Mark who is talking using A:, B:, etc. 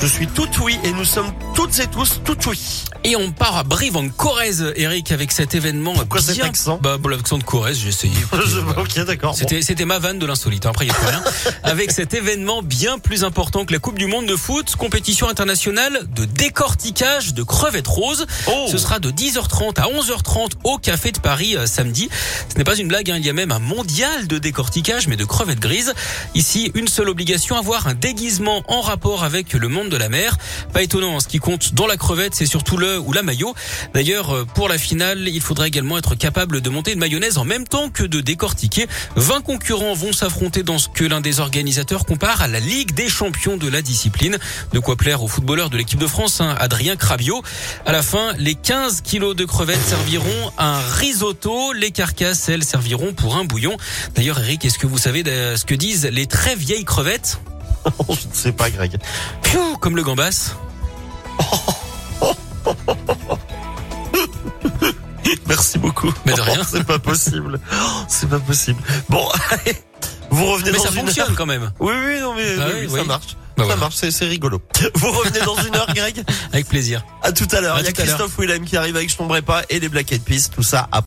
A: Je suis tout oui et nous sommes toutes et tous tout oui.
B: Et on part à Brive en Corrèze, Eric, avec cet événement.
A: Pourquoi
B: bien-
A: cet accent
B: Bah, pour l'accent de Corrèze, j'ai essayé.
A: Je- ok, d'accord. Bon.
B: C'était, c'était ma vanne de l'insolite. hein. Après, il n'y a plus rien. Avec cet événement bien plus important que la Coupe du Monde de foot, compétition internationale de décortiquage de crevettes roses.
A: Oh.
B: Ce sera de 10h30 à 11h30 au Café de Paris euh, samedi. Ce n'est pas une blague, hein. il y a même un mondial de décortiquage, mais de crevettes grises. Ici, une seule obligation, avoir un déguisement en rapport avec le monde de la mer. Pas étonnant, hein. ce qui compte dans la crevette, c'est surtout le ou la maillot. D'ailleurs, euh, pour la finale, il faudra également être capable de monter une mayonnaise en même temps que de décortiquer. 20 concurrents vont s'affronter dans ce que l'un des organisateurs compare à la Ligue des champions de la discipline. De quoi plaire au footballeur de l'équipe de France, hein, Adrien Rabiot. À la fin, les 15 kilos de crevettes serviront à un risotto. Les carcasses, elles, serviront pour un bouillon. D'ailleurs, Eric, est-ce que vous savez euh, ce que disent les très vieilles crevettes
A: Je ne sais pas, Greg.
B: Piou, Comme le gambas.
A: Merci beaucoup.
B: Mais de rien.
A: c'est pas possible. Oh, C'est pas possible. Bon, allez. Vous revenez
B: Mais
A: dans
B: ça
A: une
B: fonctionne quand même.
A: heure. Oui, oui, non, mais
B: Ah
A: oui,
B: oui,
A: oui,
B: oui.
A: ça marche. ça
B: Bah voilà.
A: marche, c'est- c'est rigolo. Vous revenez dans une heure, Greg
B: Avec plaisir.
A: À tout à l'heure.
B: À
A: Il y a
B: tout à l'heure.
A: Christophe Willem qui arrive avec Je tomberai pas et les Black Eyed Peas, tout ça après.